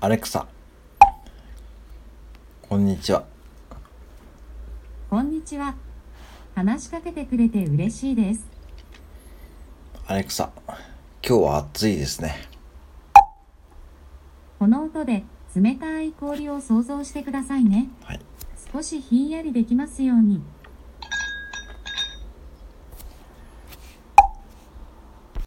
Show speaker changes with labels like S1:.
S1: アレクサ。こんにちは。
S2: こんにちは。話しかけてくれて嬉しいです。
S1: アレクサ。今日は暑いですね。
S2: この音で冷たい氷を想像してくださいね。
S1: はい。
S2: 少しひんやりできますように。